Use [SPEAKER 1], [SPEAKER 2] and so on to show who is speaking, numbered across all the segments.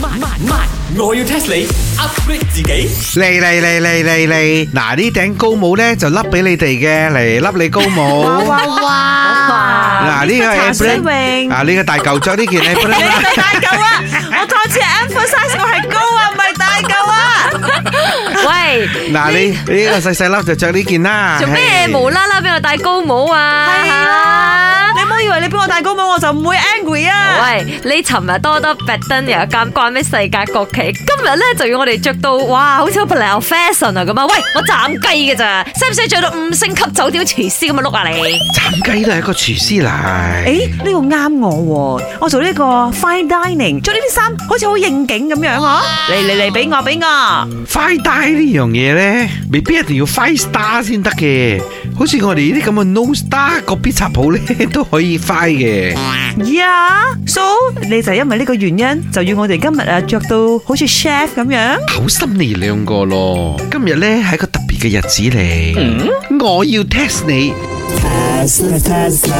[SPEAKER 1] 慢慢慢，我要 test 你 upgrade 自己。
[SPEAKER 2] 嚟嚟嚟嚟嚟嚟，嗱呢頂高帽咧就笠俾你哋嘅，嚟笠你高帽。
[SPEAKER 3] 哇哇！
[SPEAKER 2] 嗱呢個
[SPEAKER 3] 茶
[SPEAKER 2] a
[SPEAKER 3] 水
[SPEAKER 2] p r
[SPEAKER 3] 泳，
[SPEAKER 2] 啊呢個大舊着呢件 a p r
[SPEAKER 3] 你 係大狗啊！我再次 emphasize 我係高啊，唔係大狗啊！
[SPEAKER 4] 喂，
[SPEAKER 2] 嗱你你呢個細細粒就着呢件啦。
[SPEAKER 4] 做咩
[SPEAKER 2] 係
[SPEAKER 4] 無啦啦俾我戴高帽啊？
[SPEAKER 3] 係啊，你唔好以為你俾我大高帽我就唔會 angry 啊！
[SPEAKER 4] 喂，你尋日多多特登又有咁掛咩世界國旗，今日咧就要我哋着到哇，好似好 Chanel fashion 啊咁啊！喂，我斬雞嘅咋，使唔使着到五星級酒店廚師咁嘅碌啊你？
[SPEAKER 2] 斬雞都係一個廚師
[SPEAKER 3] 誒，
[SPEAKER 2] 嚟。
[SPEAKER 3] 呢個啱我喎，我做呢個 fine dining，着呢啲衫好似好應景咁樣嗬！嚟嚟嚟，俾我俾我！
[SPEAKER 2] 快帶呢樣嘢咧，未必一定要 five star 先得嘅。好似我哋呢啲咁嘅 no star 個必插鋪咧都可以 five 嘅。
[SPEAKER 3] 呀，so 你就因為呢個原因，就要我哋今日啊着到好似 chef 咁樣。
[SPEAKER 2] 好心你兩個咯，今日咧係一個特別嘅日子嚟。
[SPEAKER 4] 嗯
[SPEAKER 2] 我要 test 你。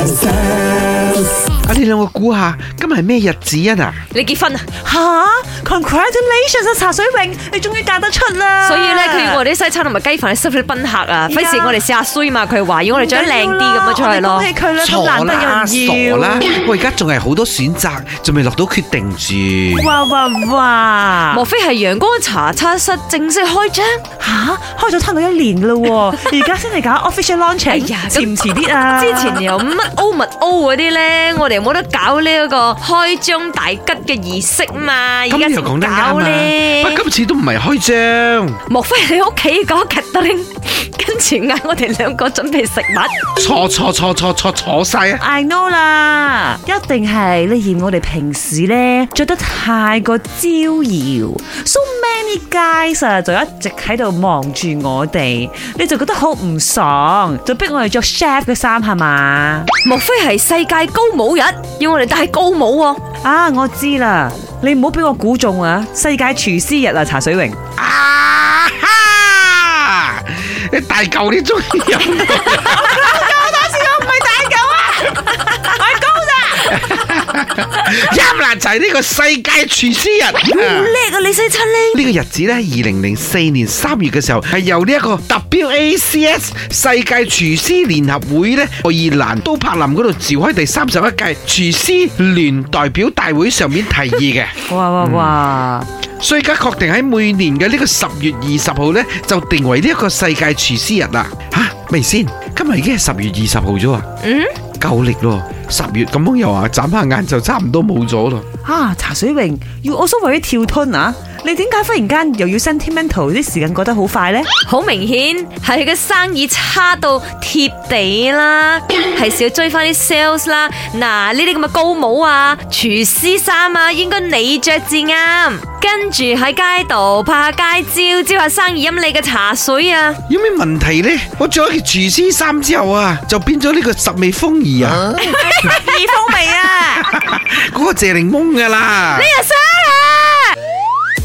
[SPEAKER 2] 啊！你兩個估下，今日係咩日子啊？
[SPEAKER 4] 你結婚啊？
[SPEAKER 3] 吓，congratulations 啊，茶水泳，你終於嫁得出啦！
[SPEAKER 4] 所以咧，佢要我哋啲西餐同埋雞飯去 serve 啲賓客
[SPEAKER 3] 哎
[SPEAKER 4] 啊，費事我哋試下衰嘛，佢話要我哋着得靚啲咁樣出去
[SPEAKER 3] 我哋。
[SPEAKER 4] 咯
[SPEAKER 3] 恭喜佢啦，咁
[SPEAKER 2] 傻
[SPEAKER 3] 難得有
[SPEAKER 2] 啦，
[SPEAKER 3] 人
[SPEAKER 2] 傻
[SPEAKER 3] 要
[SPEAKER 2] 啦！我而家仲係好多選擇，仲未落到決定住。
[SPEAKER 3] 哇哇哇
[SPEAKER 4] 莫！非係陽光茶餐室正式開張？
[SPEAKER 3] 吓，開咗差唔多一年嘞喎，而家先嚟搞 official
[SPEAKER 4] 哎
[SPEAKER 3] launching，
[SPEAKER 4] 呀
[SPEAKER 3] 遲唔遲啲啊？
[SPEAKER 4] 之前有乜 O 乜 O 嗰啲咧，我哋冇得搞呢一個開張大吉嘅儀式嘛，而
[SPEAKER 2] 咁
[SPEAKER 4] 家
[SPEAKER 2] 你又
[SPEAKER 4] 先
[SPEAKER 2] 講得啱啊！
[SPEAKER 4] 搞咧
[SPEAKER 2] 不。過今次都唔係開張，
[SPEAKER 4] 莫非係你屋企嗰個 catering 跟住嗌我哋兩個準備食物？
[SPEAKER 2] 錯錯錯錯錯錯晒啊！
[SPEAKER 3] I know 啦，一定係你嫌我哋平時咧着得太過招搖，so many guys à, 啊就一直喺度望住我哋，你就覺得好唔爽，就逼我哋着 chef 嘅衫係嘛？
[SPEAKER 4] 莫非係世界高帽日，要我哋戴高帽喎？
[SPEAKER 3] 啊，我知啦，你唔好俾我估中啊！世界廚師日啊，茶水榮，
[SPEAKER 2] 啊哈！你大嚿你中意飲，啱啦就係呢個世界廚師日。啊
[SPEAKER 4] 叻啊你西餐呢？
[SPEAKER 2] 呢個日子呢，二零零四年三月嘅時候，係由呢一個 WACS 世界廚師聯合會呢，愛爾蘭都柏林嗰度召開第三十一屆廚師聯代表大會上面提議嘅，
[SPEAKER 3] 哇哇哇！
[SPEAKER 2] 所以而家確定喺每年嘅呢個十月二十號呢，就定為呢一個世界廚師日啦。吓、咪先？今日已經係十月二十號咗啊！
[SPEAKER 4] 嗯，
[SPEAKER 2] 夠力咯！十月咁樣又話眨下眼就差唔多冇咗咯。
[SPEAKER 3] 啊，茶水榮要我 also 為咗跳吞啊！你點解忽然間又要 sentimental 啲時間過得好快呢？
[SPEAKER 4] 好明顯係佢嘅生意差到貼地啦，係少追翻啲 sales 啦。嗱，呢啲咁嘅高帽啊、廚師衫啊，應該你着至啱。跟住喺街度拍下街招，招下生意，飲你嘅茶水 啊！
[SPEAKER 2] 有咩問題呢？我着咗件廚師衫之後啊，就變咗呢個十味風兒啊！
[SPEAKER 3] 異風味啊！
[SPEAKER 2] 嗰個謝檸檬噶啦。
[SPEAKER 4] 阿生啊！